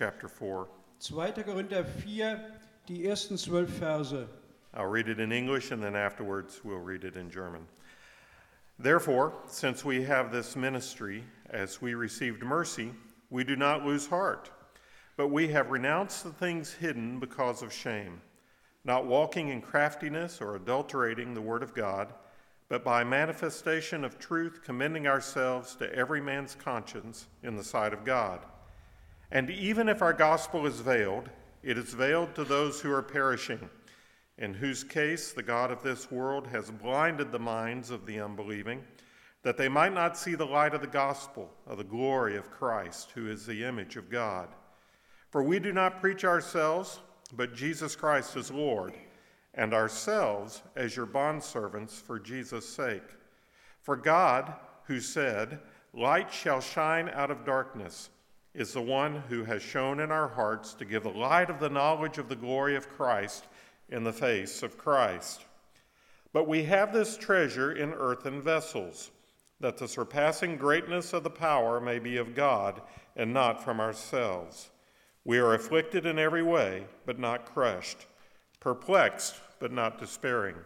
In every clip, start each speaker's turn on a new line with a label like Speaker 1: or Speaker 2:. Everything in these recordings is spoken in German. Speaker 1: chapter 4.
Speaker 2: 2. Korinther 4, die ersten zwölf Verse.
Speaker 1: I'll read it in English and then afterwards we'll read it in German. Therefore, since we have this ministry, as we received mercy, we do not lose heart, but we have renounced the things hidden because of shame, not walking in craftiness or adulterating the word of God, but by manifestation of truth commending ourselves to every man's conscience in the sight of God. And even if our gospel is veiled, it is veiled to those who are perishing, in whose case the God of this world has blinded the minds of the unbelieving, that they might not see the light of the gospel of the glory of Christ, who is the image of God. For we do not preach ourselves, but Jesus Christ is Lord, and ourselves as your bondservants for Jesus' sake. For God, who said, Light shall shine out of darkness, is the one who has shown in our hearts to give the light of the knowledge of the glory of Christ in the face of Christ. But we have this treasure in earthen vessels, that the surpassing greatness of the power may be of God and not from ourselves. We are afflicted in every way, but not crushed, perplexed, but not despairing,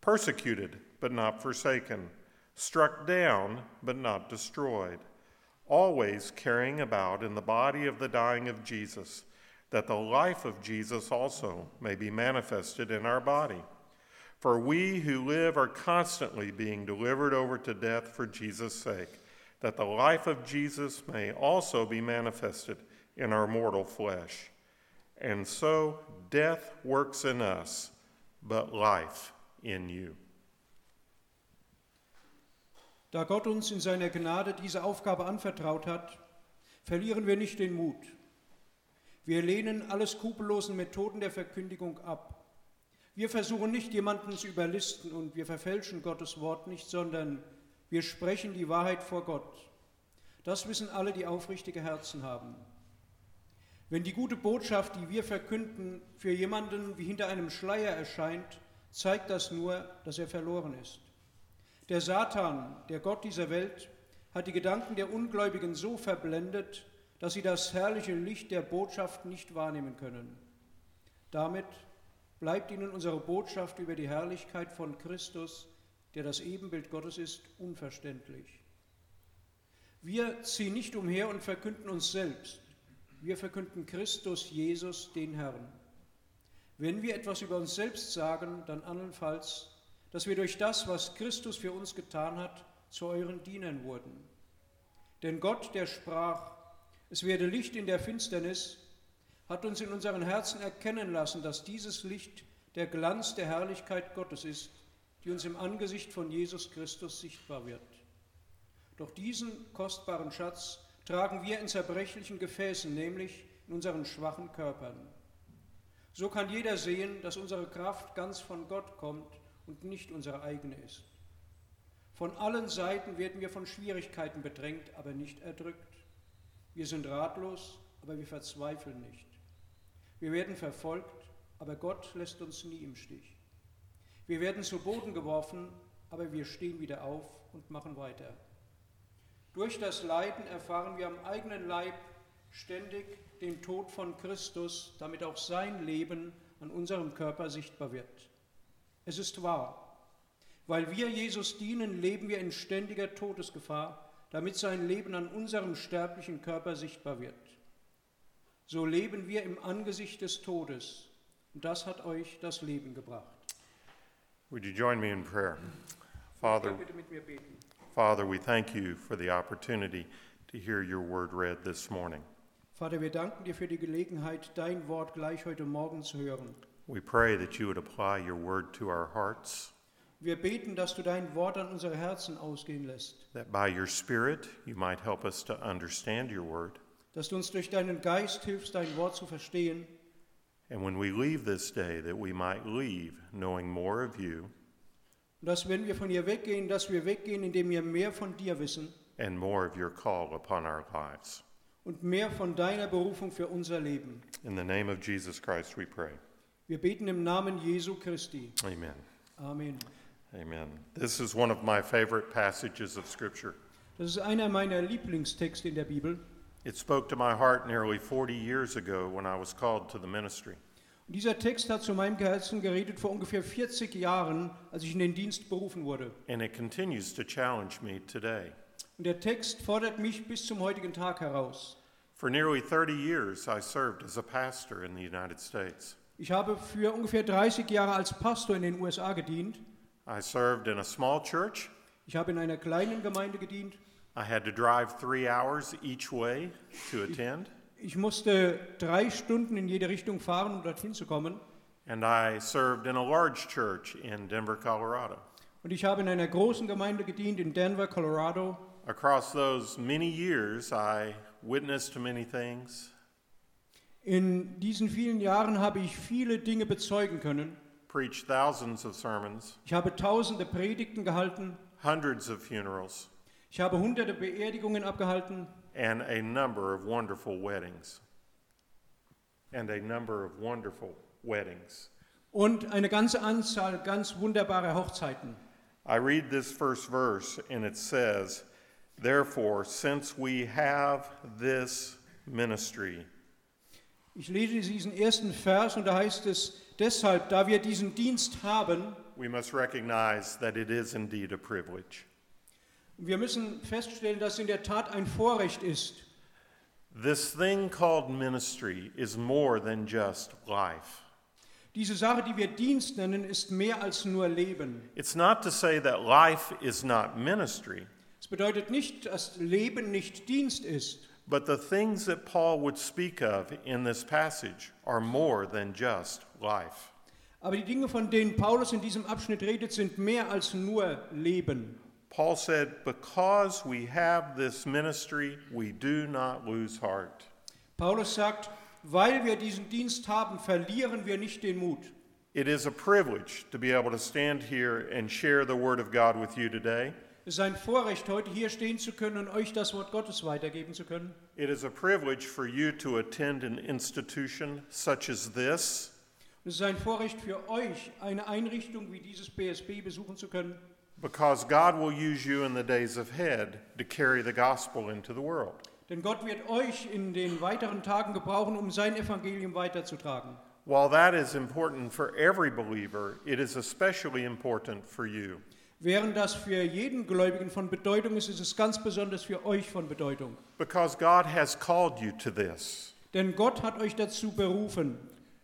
Speaker 1: persecuted, but not forsaken, struck down, but not destroyed always carrying about in the body of the dying of Jesus, that the life of Jesus also may be manifested in our body. For we who live are constantly being delivered over to death for Jesus' sake, that the life of Jesus may also be manifested in our mortal flesh. And so death works in us, but life in you.
Speaker 2: Da Gott uns in seiner Gnade diese Aufgabe anvertraut hat, verlieren wir nicht den Mut. Wir lehnen alle skrupellosen Methoden der Verkündigung ab. Wir versuchen nicht, jemanden zu überlisten und wir verfälschen Gottes Wort nicht, sondern wir sprechen die Wahrheit vor Gott. Das wissen alle, die aufrichtige Herzen haben. Wenn die gute Botschaft, die wir verkünden, für jemanden wie hinter einem Schleier erscheint, zeigt das nur, dass er verloren ist. Der Satan, der Gott dieser Welt, hat die Gedanken der Ungläubigen so verblendet, dass sie das herrliche Licht der Botschaft nicht wahrnehmen können. Damit bleibt ihnen unsere Botschaft über die Herrlichkeit von Christus, der das Ebenbild Gottes ist, unverständlich. Wir ziehen nicht umher und verkünden uns selbst. Wir verkünden Christus Jesus, den Herrn. Wenn wir etwas über uns selbst sagen, dann andernfalls dass wir durch das, was Christus für uns getan hat, zu euren Dienern wurden. Denn Gott, der sprach, es werde Licht in der Finsternis, hat uns in unseren Herzen erkennen lassen, dass dieses Licht der Glanz der Herrlichkeit Gottes ist, die uns im Angesicht von Jesus Christus sichtbar wird. Doch diesen kostbaren Schatz tragen wir in zerbrechlichen Gefäßen, nämlich in unseren schwachen Körpern. So kann jeder sehen, dass unsere Kraft ganz von Gott kommt und nicht unsere eigene ist. Von allen Seiten werden wir von Schwierigkeiten bedrängt, aber nicht erdrückt. Wir sind ratlos, aber wir verzweifeln nicht. Wir werden verfolgt, aber Gott lässt uns nie im Stich. Wir werden zu Boden geworfen, aber wir stehen wieder auf und machen weiter. Durch das Leiden erfahren wir am eigenen Leib ständig den Tod von Christus, damit auch sein Leben an unserem Körper sichtbar wird. Es ist wahr. Weil wir Jesus dienen, leben wir in ständiger Todesgefahr, damit sein Leben an unserem sterblichen Körper sichtbar wird. So leben wir im Angesicht des Todes. Und das hat euch das Leben gebracht.
Speaker 1: Would you join me in prayer?
Speaker 2: Könnt
Speaker 1: Father,
Speaker 2: ihr bitte mit mir beten.
Speaker 1: Father, we thank you for the opportunity to hear your word read this morning.
Speaker 2: Vater, wir danken dir für die Gelegenheit, dein Wort gleich heute Morgen zu hören.
Speaker 1: We pray that you would apply your word to our hearts,
Speaker 2: Wir beten, dass du dein Wort an unsere Herzen ausgehen lässt,
Speaker 1: that by your spirit you might help us to understand your word.
Speaker 2: dass du uns durch deinen Geist hilfst, dein Wort zu verstehen
Speaker 1: And when we leave this day, that we might leave knowing more of you
Speaker 2: und dass, wenn wir von hier weggehen, dass wir weggehen, indem wir mehr von dir wissen
Speaker 1: and more of your call upon our lives.
Speaker 2: und mehr von deiner Berufung für unser Leben.
Speaker 1: In the name of Jesus Christ, we pray.
Speaker 2: Wir beten im Namen Jesu Christi.
Speaker 1: Amen.
Speaker 2: Amen.
Speaker 1: Amen. This is one of my favorite passages of Scripture.
Speaker 2: Das ist einer meiner Lieblingstexte in der Bibel.
Speaker 1: It spoke to my heart nearly 40 years ago when I was called to the ministry.
Speaker 2: Und dieser Text hat zu meinem Herzen geredet vor ungefähr 40 Jahren, als ich in den Dienst berufen wurde.
Speaker 1: And it continues to challenge me today.
Speaker 2: Und der Text fordert mich bis zum heutigen Tag heraus.
Speaker 1: For nearly 30 years, I served as a pastor in the United States.
Speaker 2: Ich habe für ungefähr 30 Jahre als Pastor in den USA gedient.
Speaker 1: I served in a small church.
Speaker 2: Ich habe in einer kleinen Gemeinde gedient.
Speaker 1: I had to drive three hours each way to attend.
Speaker 2: Ich musste drei Stunden in jede Richtung fahren, um dorthin zu kommen.
Speaker 1: And I served in a large church in Denver, Colorado.
Speaker 2: Und ich habe in einer großen Gemeinde gedient in Denver, Colorado.
Speaker 1: Across those many years, I witnessed to many things,
Speaker 2: In diesen vielen Jahren habe ich viele Dinge bezeugen können.
Speaker 1: preached thousands of sermons,
Speaker 2: Ich habe tausende Predigten gehalten.
Speaker 1: hundreds of funerals,
Speaker 2: Ich habe hunderte Beerdigungen abgehalten
Speaker 1: and a number of wonderful weddings. And a number of wonderful weddings.
Speaker 2: und eine ganze Anzahl ganz wunderbarer Hochzeiten.
Speaker 1: I read this first verse and it says, Therefore, since we have this ministry,
Speaker 2: Ich lese diesen ersten Vers und da heißt es, deshalb, da wir diesen Dienst haben,
Speaker 1: we must recognize that it is indeed a privilege.
Speaker 2: wir müssen feststellen, dass in der Tat ein Vorrecht ist.
Speaker 1: This thing called ministry is more than just life.
Speaker 2: Diese Sache, die wir Dienst nennen, ist mehr als nur Leben.
Speaker 1: It's not to say that life is not ministry,
Speaker 2: Es bedeutet nicht, dass Leben nicht Dienst ist,
Speaker 1: but the things that Paul would speak of in this passage are more than just life.
Speaker 2: aber die Dinge, von denen Paulus in diesem Abschnitt redet, sind mehr als nur Leben.
Speaker 1: Paul said, Because we have this ministry, we do not lose heart.
Speaker 2: Paulus sagt, weil wir diesen Dienst haben, verlieren wir nicht den Mut.
Speaker 1: It is a privilege to be able to stand here and share the Word of God with you today.
Speaker 2: Es ist ein Vorrecht, heute hier stehen zu können und euch das Wort Gottes weitergeben zu können.
Speaker 1: It is a privilege for you to attend an institution such as this.
Speaker 2: Es ist ein Vorrecht für euch, eine Einrichtung wie dieses BSB besuchen zu können,
Speaker 1: Because God will use you in the days ahead to carry the gospel into the world.
Speaker 2: denn Gott wird euch in den weiteren Tagen gebrauchen, um sein Evangelium weiterzutragen.
Speaker 1: While that is important for every believer, it is especially important for you.
Speaker 2: Während das für jeden Gläubigen von Bedeutung ist, ist es ganz besonders für euch von Bedeutung.
Speaker 1: Because God has called you to this.
Speaker 2: Denn Gott hat euch dazu berufen.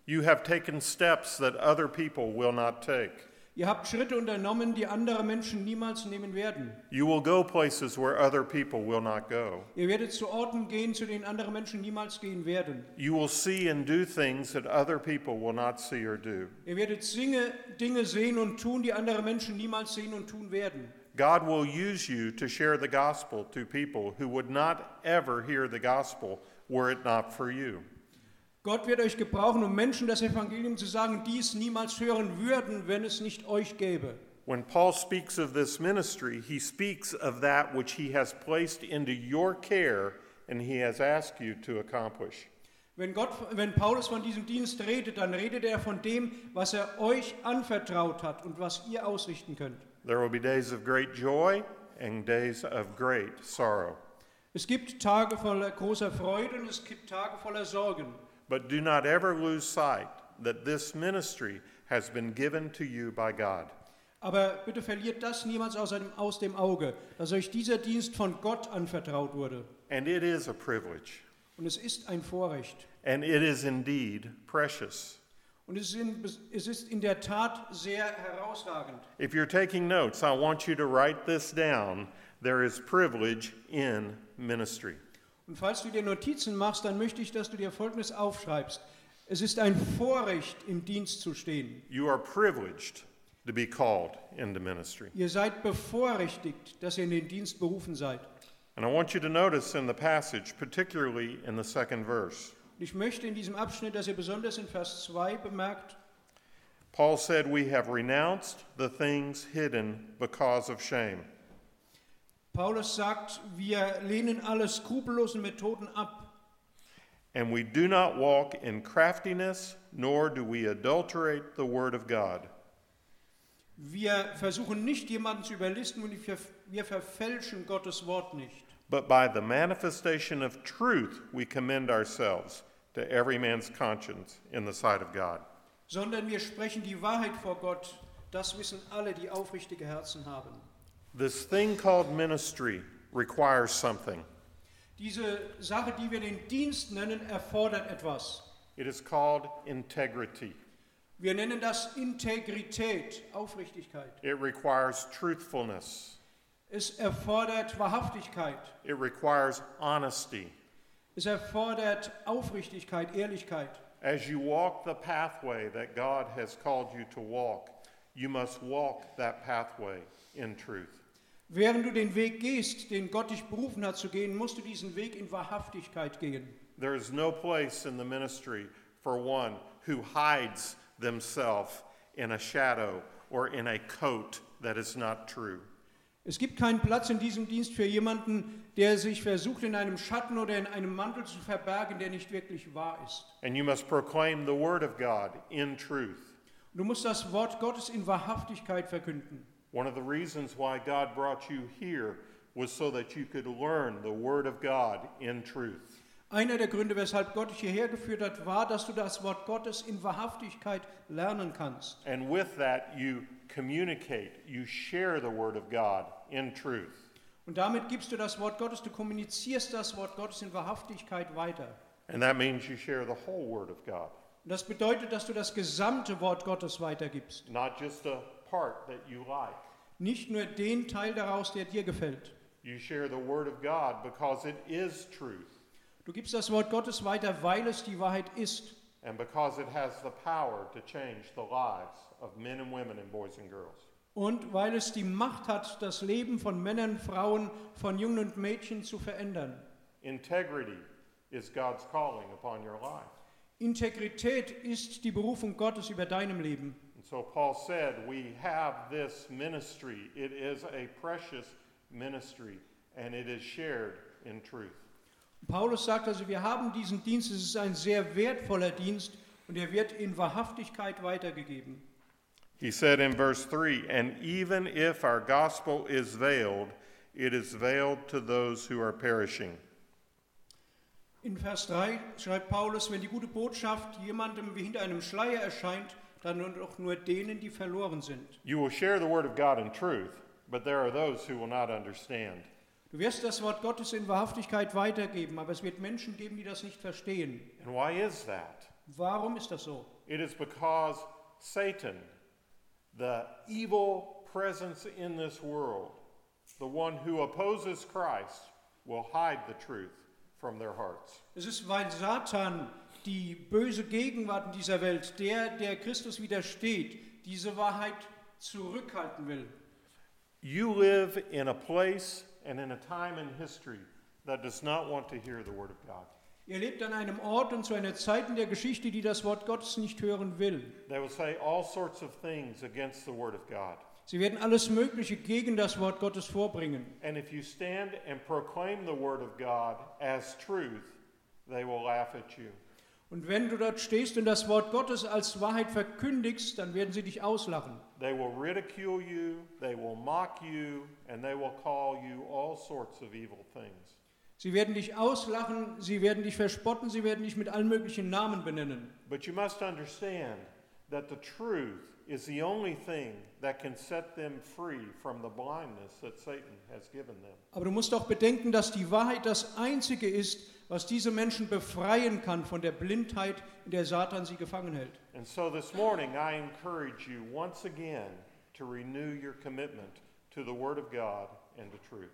Speaker 1: You have taken steps that other people will not take.
Speaker 2: Ihr habt Schritte unternommen, die andere Menschen niemals nehmen werden.
Speaker 1: You will go places where other people will not go.
Speaker 2: Ihr werdet zu Orten gehen, zu denen andere Menschen niemals gehen werden.
Speaker 1: You will see and do things that other people will not see or do.
Speaker 2: Ihr werdet Dinge, Dinge sehen und tun, die andere Menschen niemals sehen und tun werden.
Speaker 1: God will use you to share the gospel to people who would not ever hear the gospel were it not for you.
Speaker 2: Gott wird euch gebrauchen, um Menschen das Evangelium zu sagen, die es niemals hören würden, wenn es nicht euch gäbe.
Speaker 1: When Paul speaks of this ministry, he speaks of that which he has placed into your care and he has asked you to accomplish.
Speaker 2: Wenn, Gott, wenn Paulus von diesem Dienst redet, dann redet er von dem, was er euch anvertraut hat und was ihr ausrichten könnt.
Speaker 1: There will be days of great joy and days of great sorrow.
Speaker 2: Es gibt Tage voller großer Freude und es gibt Tage voller Sorgen.
Speaker 1: But do not ever lose sight that this ministry has been given to you by God.
Speaker 2: Aber bitte verliert das niemals aus dem, aus dem Auge, dass euch dieser Dienst von Gott anvertraut wurde.
Speaker 1: And it is a privilege,
Speaker 2: Und es ist ein Vorrecht.
Speaker 1: and it is indeed precious.
Speaker 2: Und es ist in, es ist in der Tat sehr herausragend.
Speaker 1: If you're taking notes, I want you to write this down. There is privilege in ministry.
Speaker 2: Und falls du dir Notizen machst, dann möchte ich, dass du dir Folgendes aufschreibst. Es ist ein Vorrecht, im Dienst zu stehen.
Speaker 1: You are privileged to be called into ministry.
Speaker 2: Ihr seid bevorrechtigt, dass ihr in den Dienst berufen seid.
Speaker 1: And I want you to notice in the passage, particularly in the second verse,
Speaker 2: Und ich möchte in diesem Abschnitt, dass ihr besonders in Vers 2 bemerkt,
Speaker 1: Paul said, We have renounced the things hidden because of shame.
Speaker 2: Paulus sagt, wir lehnen alle skrupellosen Methoden ab.
Speaker 1: And we do not walk in craftiness, nor do we adulterate the word of God.
Speaker 2: Wir versuchen nicht, jemanden zu überlisten und wir- wir verfälschen Gottes Wort nicht.
Speaker 1: but by the manifestation of truth we commend ourselves to every man's conscience in the sight of God.
Speaker 2: sondern wir sprechen die Wahrheit vor Gott. Das wissen alle, die aufrichtige Herzen haben.
Speaker 1: This thing called ministry requires something.
Speaker 2: Diese Sache, die wir den Dienst nennen, erfordert etwas.
Speaker 1: It is called integrity.
Speaker 2: Wir nennen das Integrität, Aufrichtigkeit.
Speaker 1: It requires truthfulness.
Speaker 2: Es erfordert Wahrhaftigkeit.
Speaker 1: It requires honesty.
Speaker 2: Es erfordert Aufrichtigkeit, Ehrlichkeit.
Speaker 1: As you walk the pathway that God has called you to walk, you must walk that pathway in truth.
Speaker 2: Während du den Weg gehst, den Gott dich berufen hat zu gehen, musst du diesen Weg in Wahrhaftigkeit gehen.
Speaker 1: There is no place in the ministry for one who hides themselves in a shadow or in a coat that is not true.
Speaker 2: Es gibt keinen Platz in diesem Dienst für jemanden, der sich versucht, in einem Schatten oder in einem Mantel zu verbergen, der nicht wirklich wahr ist.
Speaker 1: And you must proclaim the Word of God in truth.
Speaker 2: Du musst das Wort Gottes in Wahrhaftigkeit verkünden.
Speaker 1: One of the reasons why God brought you here was so that you could learn the Word of God in truth.
Speaker 2: Einer der Gründe, weshalb Gott dich hierher geführt hat, war, dass du das Wort Gottes in Wahrhaftigkeit lernen kannst.
Speaker 1: And with that, you communicate, you share the Word of God in truth.
Speaker 2: Und damit gibst du das Wort Gottes, du kommunizierst das Wort Gottes in Wahrhaftigkeit weiter.
Speaker 1: And that means you share the whole Word of God,
Speaker 2: Und das bedeutet, dass du das gesamte Wort Gottes weitergibst.
Speaker 1: not just a part that you like.
Speaker 2: Nicht nur den Teil daraus, der dir gefällt.
Speaker 1: You share the Word of God because it is truth
Speaker 2: Du gibst das Wort Gottes weiter, weil es die Wahrheit ist.
Speaker 1: and because it has the power to change the lives of men and women and boys and girls.
Speaker 2: Und weil es die Macht hat, das Leben von Männern, Frauen, von Jungen und Mädchen zu verändern.
Speaker 1: Integrity is God's calling upon your life.
Speaker 2: Integrität ist die Berufung Gottes über deinem Leben.
Speaker 1: And so Paul said, We have this ministry. It is a precious ministry and it is shared in truth.
Speaker 2: Paulus sagt also, wir haben diesen Dienst, es ist ein sehr wertvoller Dienst und er wird in Wahrhaftigkeit weitergegeben.
Speaker 1: He said in verse 3 And even if our gospel is veiled, it is veiled to those who are perishing.
Speaker 2: In Vers 3 schreibt Paulus, wenn die gute Botschaft jemandem wie hinter einem Schleier erscheint, dann nur- doch nur denen, die verloren sind.
Speaker 1: You will share the word of God in truth, but there are those who will not understand.
Speaker 2: Du wirst das Wort Gottes in Wahrhaftigkeit weitergeben, aber es wird Menschen geben, die das nicht verstehen.
Speaker 1: And why is that?
Speaker 2: Warum ist das so?
Speaker 1: It is because Satan, the evil presence in this world, the one who opposes Christ, will hide the truth from their hearts.
Speaker 2: Es ist, weil Satan, die böse Gegenwart in dieser Welt, der, der Christus widersteht, diese Wahrheit zurückhalten will.
Speaker 1: You live in a place and in a time in history that does not want to hear the word of God.
Speaker 2: Ihr lebt an einem Ort und zu einer Zeit in der Geschichte, die das Wort Gottes nicht hören will.
Speaker 1: They will say all sorts of things against the word of God.
Speaker 2: Sie werden alles Mögliche gegen das Wort Gottes vorbringen.
Speaker 1: And if you stand and proclaim the word of God as truth, they will laugh at you.
Speaker 2: Und wenn du dort stehst und das Wort Gottes als Wahrheit verkündigst, dann werden sie dich auslachen.
Speaker 1: They will ridicule you, they will mock you, and they will call you all sorts of evil things.
Speaker 2: Sie werden dich auslachen, sie werden dich verspotten, sie werden dich mit allen möglichen Namen benennen.
Speaker 1: But you must understand that the truth is the only thing that can set them free from the blindness that Satan has given them.
Speaker 2: Aber du musst doch bedenken, dass die Wahrheit das Einzige ist, was diese Menschen befreien kann von der Blindheit, in der Satan sie gefangen hält.
Speaker 1: And so this morning, I encourage you once again to renew your commitment to the Word of God and to truth.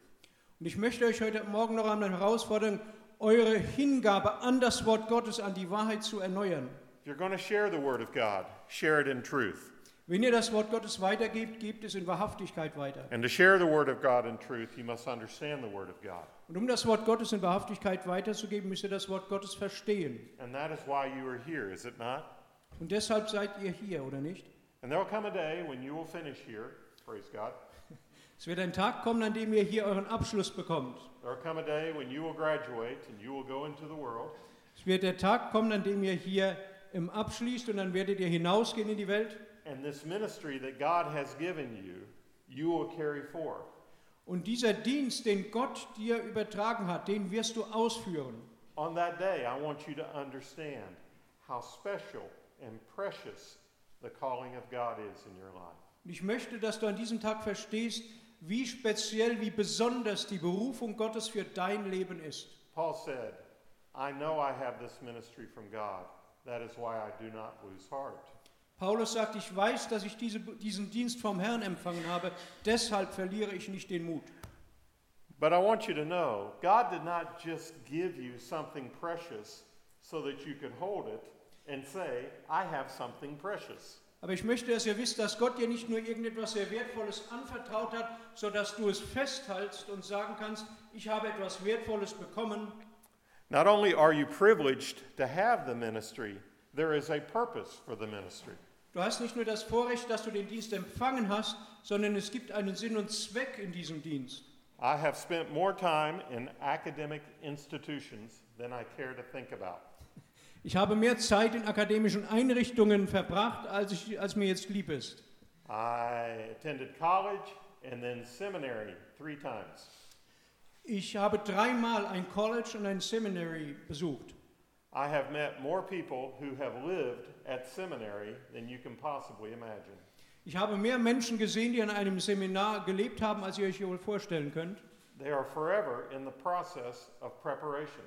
Speaker 2: Und ich möchte euch heute Morgen noch einmal herausfordern, eure Hingabe an das Wort Gottes, an die Wahrheit zu erneuern.
Speaker 1: If you're going to share the Word of God, share it in truth.
Speaker 2: Wenn ihr das Wort Gottes weitergebt, gebt es in Wahrhaftigkeit weiter.
Speaker 1: And to share the Word of God in truth, you must understand the Word of God.
Speaker 2: Und um das Wort Gottes in Wahrhaftigkeit weiterzugeben, müsst ihr das Wort Gottes verstehen.
Speaker 1: And that is why you are here, is it not?
Speaker 2: Und deshalb seid ihr hier, oder nicht?
Speaker 1: And there will come a day when you will finish here, praise God.
Speaker 2: Es wird ein Tag kommen, an dem ihr hier euren Abschluss bekommt.
Speaker 1: There will come a day when you will graduate and you will go into the world.
Speaker 2: Es wird der Tag kommen, an dem ihr hier im abschließt und dann werdet ihr hinausgehen in die Welt.
Speaker 1: And this ministry that God has given you, you will carry forth.
Speaker 2: Und dieser Dienst, den Gott dir übertragen hat, den wirst du ausführen.
Speaker 1: On that day, I want you to understand how special and precious the calling of God is in your life.
Speaker 2: Und ich möchte, dass du an diesem Tag verstehst, wie speziell, wie besonders die Berufung Gottes für dein Leben ist.
Speaker 1: Paul said, I know I have this ministry from God. That is why I do not lose heart.
Speaker 2: Paulus sagt, ich weiß, dass ich diese, diesen Dienst vom Herrn empfangen habe, deshalb verliere ich nicht den Mut.
Speaker 1: But I want you to know, God did not just give you something precious so that you could hold it and say, I have something precious.
Speaker 2: Aber ich möchte, dass ihr wisst, dass Gott dir nicht nur irgendetwas sehr Wertvolles anvertraut hat, sodass du es festhältst und sagen kannst, ich habe etwas Wertvolles bekommen.
Speaker 1: Not only are you privileged to have the ministry, there is a purpose for the ministry.
Speaker 2: Du hast nicht nur das Vorrecht, dass du den Dienst empfangen hast, sondern es gibt einen Sinn und Zweck in diesem Dienst.
Speaker 1: I have spent more time in academic institutions than I care to think about.
Speaker 2: Ich habe mehr Zeit in akademischen Einrichtungen verbracht, als, ich, als mir jetzt lieb ist.
Speaker 1: I attended college and then seminary three times.
Speaker 2: Ich habe dreimal ein College und ein Seminary besucht.
Speaker 1: I have met more people who have lived at seminary than you can possibly imagine.
Speaker 2: Ich habe mehr Menschen gesehen, die an einem Seminar gelebt haben, als ihr euch wohl vorstellen könnt.
Speaker 1: They are forever in the process of preparation.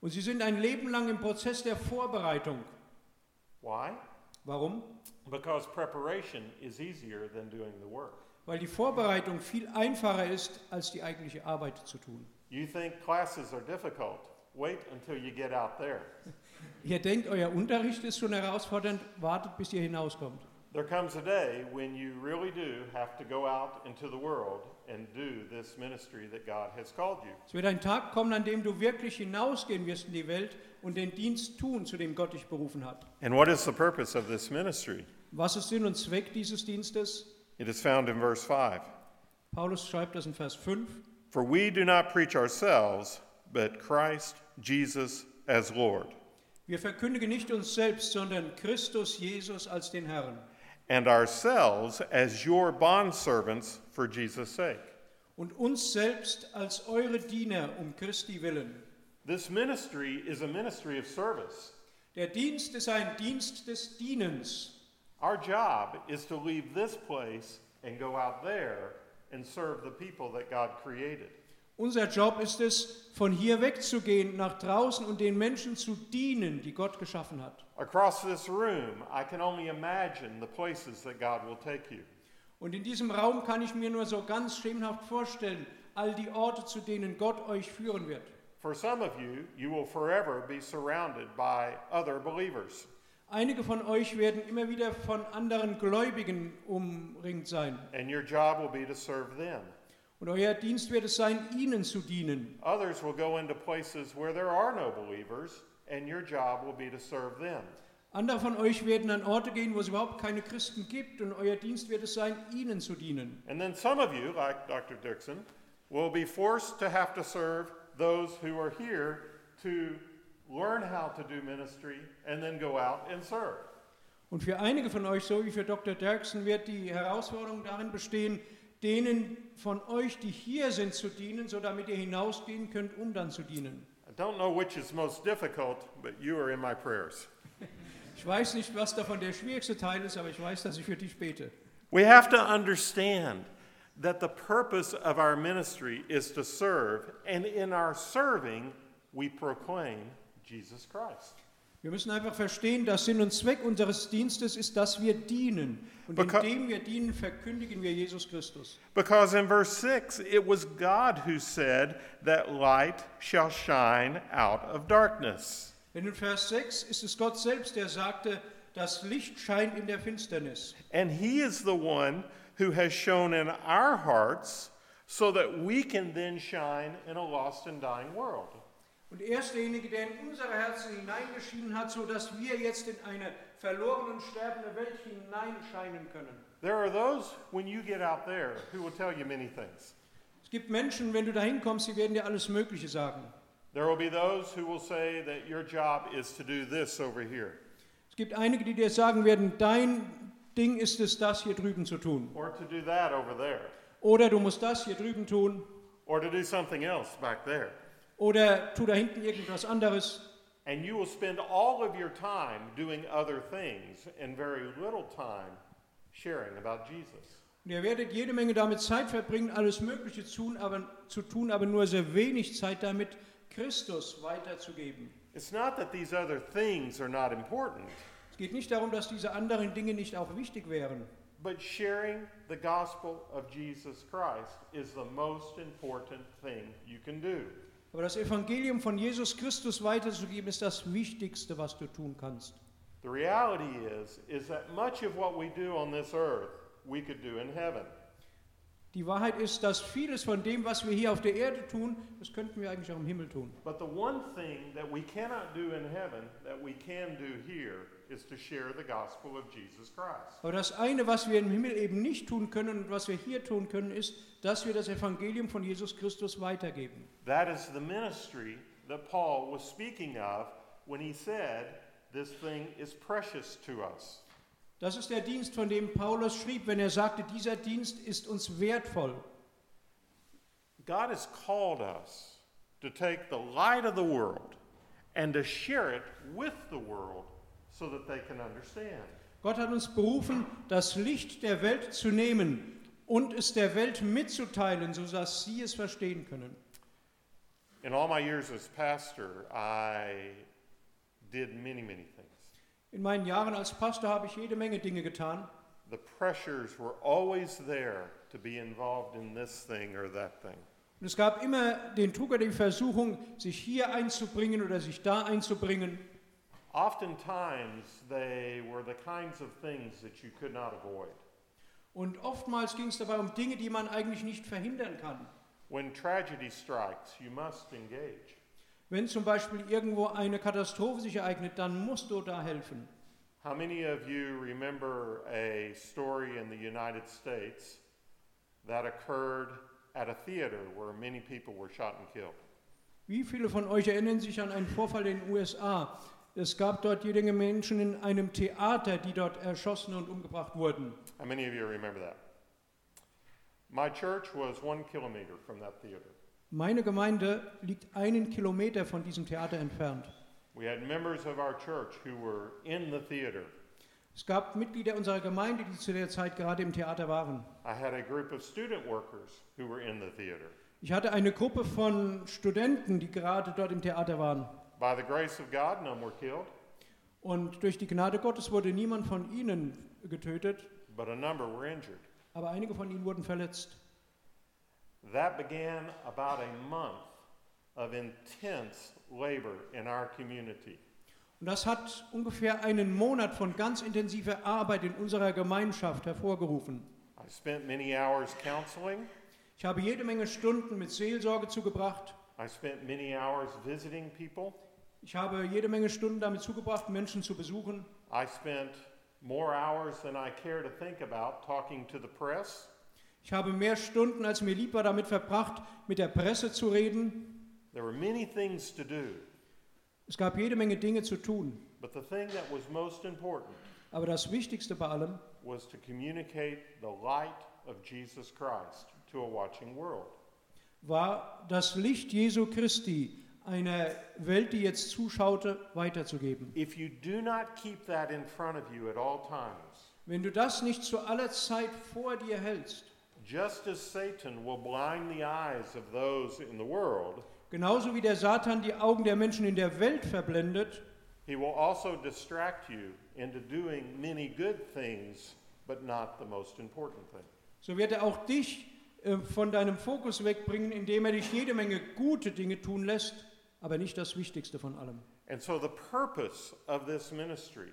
Speaker 2: Und sie sind ein Leben lang im Prozess der Vorbereitung.
Speaker 1: Why?
Speaker 2: Warum?
Speaker 1: Because preparation is easier than doing the work.
Speaker 2: Weil die Vorbereitung viel einfacher ist, als die eigentliche Arbeit zu tun.
Speaker 1: You think classes are difficult. Wait until you get out there.
Speaker 2: Ihr denkt, euer Unterricht ist schon herausfordernd, wartet, bis ihr hinauskommt.
Speaker 1: There comes a day when you really do have to go out into the world and do this ministry that God has called you.
Speaker 2: Es wird ein Tag kommen, an dem du wirklich hinausgehen wirst in die Welt und den Dienst tun, zu dem Gott dich berufen hat.
Speaker 1: And what is the purpose of this ministry?
Speaker 2: Was ist Sinn und Zweck dieses Dienstes?
Speaker 1: It is found in verse 5.
Speaker 2: Paulus schreibt das in Vers 5.
Speaker 1: For we do not preach ourselves, but Christ Jesus as Lord,
Speaker 2: Wir verkündigen nicht uns selbst, sondern Christus Jesus als den Herrn
Speaker 1: and ourselves as your bondservants for Jesus' sake.
Speaker 2: und uns selbst als eure Diener um Christi willen.
Speaker 1: This ministry is a ministry of service.
Speaker 2: Der Dienst ist ein Dienst des Dienens.
Speaker 1: Our job is to leave this place and go out there and serve the people that God created.
Speaker 2: Unser Job ist es, von hier wegzugehen, nach draußen und den Menschen zu dienen, die Gott geschaffen hat.
Speaker 1: Across this room, I can only imagine the places that God will take you.
Speaker 2: Und in diesem Raum kann ich mir nur so ganz schemenhaft vorstellen, all die Orte, zu denen Gott euch führen wird.
Speaker 1: For some of you, you will forever be surrounded by other believers.
Speaker 2: Einige von euch werden immer wieder von anderen Gläubigen umringt sein.
Speaker 1: and your job will be to serve them.
Speaker 2: Und euer Dienst wird es sein, ihnen zu dienen.
Speaker 1: Others will go into places where there are no believers, and your job will be to serve them.
Speaker 2: Andere von euch werden an Orte gehen, wo es überhaupt keine Christen gibt. Und euer Dienst wird es sein, ihnen zu dienen.
Speaker 1: And then some of you, like Dr. Dixon, will be forced to have to serve those who are here to learn how to do ministry and then go out and serve.
Speaker 2: Und für einige von euch, so wie für Dr. Dirksen, wird die Herausforderung darin bestehen, denen von euch, die hier sind, zu dienen, so damit ihr hinausgehen könnt, um dann zu dienen.
Speaker 1: I don't know which is most difficult, but you are in my prayers.
Speaker 2: Ich weiß nicht, was davon der schwierigste Teil ist, aber ich weiß, dass ich für dich bete.
Speaker 1: We have to understand that the purpose of our ministry is to serve, and in our serving, we proclaim Jesus Christ.
Speaker 2: Wir müssen einfach verstehen, dass Sinn und Zweck unseres Dienstes ist, dass wir dienen. Und
Speaker 1: Beka-
Speaker 2: indem wir dienen, verkündigen wir Jesus Christus.
Speaker 1: Because in verse 6, it was God who said that light shall shine out of darkness.
Speaker 2: Denn in Vers 6 ist es Gott selbst, der sagte, das Licht scheint in der Finsternis.
Speaker 1: And He is the one who has shown in our hearts so that we can then shine in a lost and dying world.
Speaker 2: Und er ist derjenige, der in unsere Herzen hineingeschienen hat, sodass wir jetzt in eine verlorene und sterbende Welt hineinscheinen können.
Speaker 1: There are those, when you get out there, who will tell you many things.
Speaker 2: Es gibt Menschen, wenn du dahin kommst, die werden dir alles Mögliche sagen.
Speaker 1: There will be those who will say that your job is to do this over here,
Speaker 2: Es gibt einige, die dir sagen werden, dein Ding ist es, das hier drüben zu tun
Speaker 1: or to do that over there,
Speaker 2: Oder du musst das hier drüben tun.
Speaker 1: or to do something else back there.
Speaker 2: Oder tu da hinten irgendwas anderes.
Speaker 1: And you will spend all of your time doing other things and very little time sharing about Jesus.
Speaker 2: Und ihr werdet jede Menge damit Zeit verbringen, alles Mögliche zu tun, aber, zu tun, aber nur sehr wenig Zeit damit, Christus weiterzugeben.
Speaker 1: It's not that these other things are not important,
Speaker 2: Es geht nicht darum, dass diese anderen Dinge nicht auch wichtig wären.
Speaker 1: but sharing the gospel of Jesus Christ is the most important thing you can do.
Speaker 2: Aber das Evangelium von Jesus Christus weiterzugeben, ist das Wichtigste, was du tun kannst.
Speaker 1: The reality is is that much of what we do on this earth we could do in heaven.
Speaker 2: Die Wahrheit ist, dass vieles von dem, was wir hier auf der Erde tun, das könnten wir eigentlich auch im Himmel tun.
Speaker 1: But the one thing that we cannot do in heaven that we can do here is to share the gospel of Jesus Christ.
Speaker 2: Aber das eine, was wir im Himmel eben nicht tun können und was wir hier tun können, ist, dass wir das Evangelium von Jesus Christus weitergeben.
Speaker 1: That is the ministry that Paul was speaking of when he said, This thing is precious to us.
Speaker 2: Das ist der Dienst, von dem Paulus schrieb, wenn er sagte, dieser Dienst ist uns wertvoll.
Speaker 1: God has called us to take the light of the world and to share it with the world so that they can understand.
Speaker 2: Gott hat uns berufen, das Licht der Welt zu nehmen und es der Welt mitzuteilen, sodass sie es verstehen können.
Speaker 1: In all my years as pastor, I did many, many things.
Speaker 2: In meinen Jahren als Pastor habe ich jede Menge Dinge getan.
Speaker 1: The pressures were always there to be involved in this thing or that thing.
Speaker 2: Und es gab immer den Druck oder die Versuchung, sich hier einzubringen oder sich da einzubringen.
Speaker 1: Oftentimes, they were the kinds of things that you could not avoid.
Speaker 2: Und oftmals ging es dabei um Dinge, die man eigentlich nicht verhindern kann.
Speaker 1: When tragedy strikes, you must engage.
Speaker 2: Wenn zum Beispiel irgendwo eine Katastrophe sich ereignet, dann musst du da helfen.
Speaker 1: How many of you remember a story in the United States that occurred at a theater where many people were shot and killed?
Speaker 2: Wie viele von euch erinnern sich an einen Vorfall in den USA? Es gab dort jede Menge Menschen in einem Theater, die dort erschossen und umgebracht wurden.
Speaker 1: How many of you remember that? My church was one kilometer from that theater.
Speaker 2: Meine Gemeinde liegt einen Kilometer von diesem Theater entfernt.
Speaker 1: We had members of our church who were in the theater.
Speaker 2: Es gab Mitglieder unserer Gemeinde, die zu der Zeit gerade im Theater waren.
Speaker 1: I had a group of student workers who were in the theater.
Speaker 2: Ich hatte eine Gruppe von Studenten, die gerade dort im Theater waren.
Speaker 1: By the grace of God, none were killed,
Speaker 2: Und durch die Gnade Gottes wurde niemand von ihnen getötet,
Speaker 1: but a number were injured.
Speaker 2: aber einige von ihnen wurden verletzt.
Speaker 1: That began about a month of intense labor in our community.
Speaker 2: Und das hat ungefähr einen Monat von ganz intensiver Arbeit in unserer Gemeinschaft hervorgerufen.
Speaker 1: I spent many hours counseling.
Speaker 2: Ich habe jede Menge Stunden mit Seelsorge zugebracht.
Speaker 1: I spent many hours visiting people.
Speaker 2: Ich habe jede Menge Stunden damit zugebracht, Menschen zu besuchen.
Speaker 1: I spent more hours than I care to think about talking to the press.
Speaker 2: Ich habe mehr Stunden, als mir lieb war, damit verbracht, mit der Presse zu reden.
Speaker 1: There were many things to do,
Speaker 2: Es gab jede Menge Dinge zu tun.
Speaker 1: but the thing that was most important
Speaker 2: Aber das Wichtigste bei allem
Speaker 1: was to communicate the light of Jesus Christ to a watching world.
Speaker 2: war, das Licht Jesu Christi einer Welt, die jetzt zuschaute, weiterzugeben.
Speaker 1: If you do not keep that in front of you at all times,
Speaker 2: Wenn du das nicht zu aller Zeit vor dir hältst,
Speaker 1: just as Satan will blind the eyes of those in the world,
Speaker 2: genauso wie der Satan die Augen der Menschen in der Welt verblendet,
Speaker 1: he will also distract you into doing many good things, but not the most important thing.
Speaker 2: so wird er auch dich äh, von deinem Fokus wegbringen, indem er dich jede Menge gute Dinge tun lässt, aber nicht das Wichtigste von allem.
Speaker 1: And so, the purpose of this ministry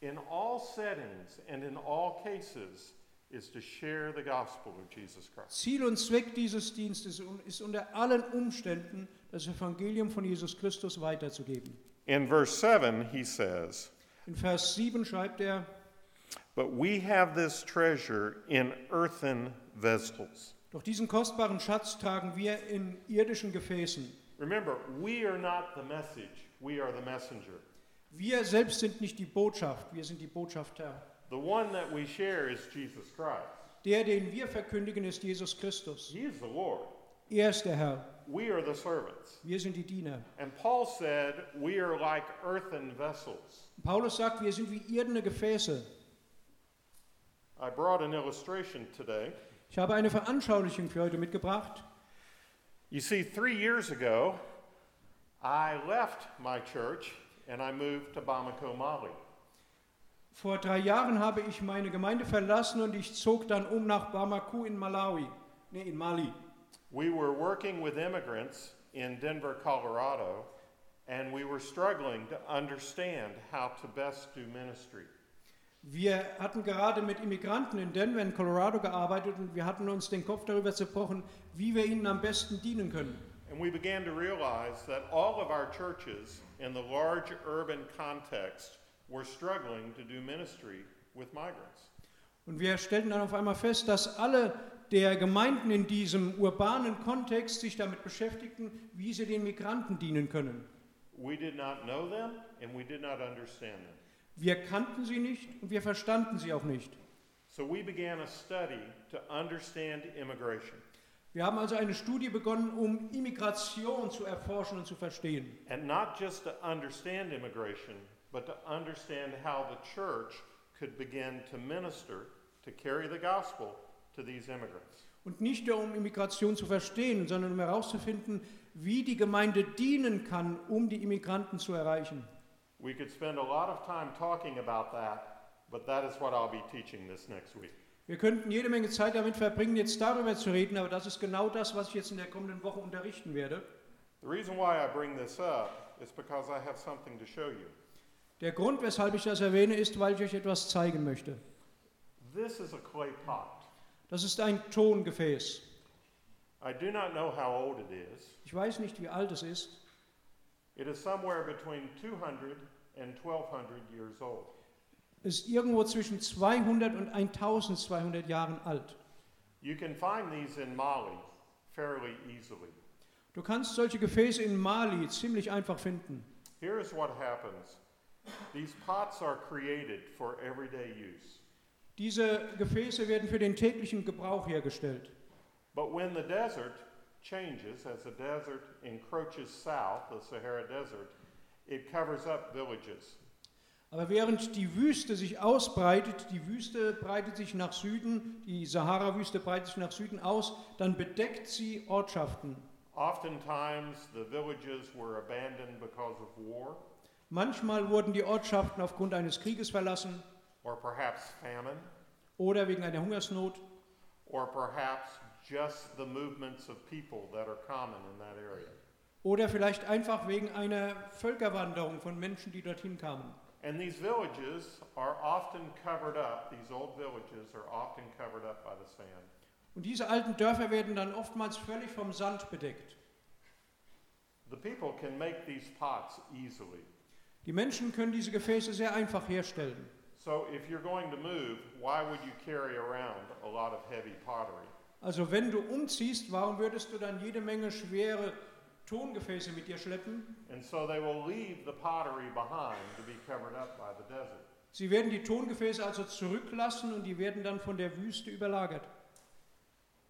Speaker 1: in all settings and in all cases is to share the gospel of Jesus Christ.
Speaker 2: Ziel und Zweck dieses Dienstes ist unter allen Umständen, das Evangelium von Jesus Christus weiterzugeben.
Speaker 1: In verse 7, he says,
Speaker 2: In Vers 7 schreibt er,
Speaker 1: But we have this treasure in earthen vessels.
Speaker 2: Doch diesen kostbaren Schatz tragen wir in irdischen Gefäßen.
Speaker 1: Remember, we are not the message, we are the messenger.
Speaker 2: Wir selbst sind nicht die Botschaft, wir sind die Botschafter.
Speaker 1: The one that we share is Jesus Christ.
Speaker 2: Der, den wir verkündigen, ist Jesus Christus.
Speaker 1: He is the Lord.
Speaker 2: Er ist der Herr.
Speaker 1: We are the servants.
Speaker 2: Wir sind die Diener.
Speaker 1: And Paul said, We are like earthen vessels.
Speaker 2: Paulus sagt, wir sind wie irdene Gefäße.
Speaker 1: I brought an illustration today.
Speaker 2: Ich habe eine Veranschaulichung für heute mitgebracht.
Speaker 1: You see, three years ago, I left my church and I moved to Bamako, Mali.
Speaker 2: Vor drei Jahren habe ich meine Gemeinde verlassen und ich zog dann um nach Bamako in Malawi, nee, in Mali.
Speaker 1: We were working with immigrants in Denver, Colorado, and we were struggling to understand how to best do ministry.
Speaker 2: Wir hatten gerade mit Immigranten in Denver in Colorado gearbeitet und wir hatten uns den Kopf darüber zerbrochen, wie wir ihnen am besten dienen können.
Speaker 1: And we began to realize that all of our churches in the large urban context were struggling to do ministry with migrants.
Speaker 2: Und wir stellten dann auf einmal fest, dass alle der Gemeinden in diesem urbanen Kontext sich damit beschäftigten, wie sie den Migranten dienen können.
Speaker 1: We did not know them and we did not understand them.
Speaker 2: Wir kannten sie nicht und wir verstanden sie auch nicht.
Speaker 1: So we began a study to understand immigration.
Speaker 2: Wir haben also eine Studie begonnen, um Immigration zu erforschen und zu verstehen.
Speaker 1: And not just to understand immigration, but to understand how the church could begin to minister, to carry the gospel to these immigrants.
Speaker 2: Und nicht nur, um Immigration zu verstehen, sondern um herauszufinden, wie die Gemeinde dienen kann, um die Immigranten zu erreichen.
Speaker 1: We could spend a lot of time talking about that, but that is what I'll be teaching this next week.
Speaker 2: Wir könnten jede Menge Zeit damit verbringen, jetzt darüber zu reden, aber das ist genau das, was ich jetzt in der kommenden Woche unterrichten werde.
Speaker 1: The reason why I bring this up is because I have something to show you.
Speaker 2: Der Grund, weshalb ich das erwähne, ist, weil ich euch etwas zeigen möchte.
Speaker 1: This is a clay pot.
Speaker 2: Das ist ein Tongefäß.
Speaker 1: I do not know how old it is.
Speaker 2: Ich weiß nicht, wie alt es ist.
Speaker 1: It is somewhere between 200 and 1200 years old.
Speaker 2: Es ist irgendwo zwischen 200 und 1200 Jahren alt.
Speaker 1: You can find these in Mali fairly easily.
Speaker 2: Du kannst solche Gefäße in Mali ziemlich einfach finden.
Speaker 1: Here is what happens these pots are created for everyday use.
Speaker 2: Diese Gefäße werden für den täglichen Gebrauch hergestellt.
Speaker 1: But when the desert changes, as the desert encroaches south, the Sahara Desert, it covers up villages.
Speaker 2: Aber während die Wüste sich ausbreitet, die Wüste breitet sich nach Süden, die Sahara-Wüste breitet sich nach Süden aus, dann bedeckt sie Ortschaften.
Speaker 1: Oftentimes, the villages were abandoned because of war
Speaker 2: Manchmal wurden die Ortschaften aufgrund eines Krieges verlassen
Speaker 1: or perhaps famine.
Speaker 2: oder wegen einer Hungersnot
Speaker 1: or perhaps just the movements of people that are common in that area.
Speaker 2: oder vielleicht einfach wegen einer Völkerwanderung von Menschen, die dorthin kamen.
Speaker 1: And these villages are often covered up, these old villages are often covered up by the sand.
Speaker 2: Und diese alten Dörfer werden dann oftmals völlig vom Sand bedeckt.
Speaker 1: The people can make these pots easily.
Speaker 2: Die Menschen können diese Gefäße sehr einfach herstellen.
Speaker 1: So if you're going to move, why would you carry around a lot of heavy pottery?
Speaker 2: Also wenn du umziehst, warum würdest du dann jede Menge schwere Tongefäße mit dir schleppen?
Speaker 1: And so they will leave the pottery behind to be covered up by the desert.
Speaker 2: Sie werden die Tongefäße also zurücklassen und die werden dann von der Wüste überlagert.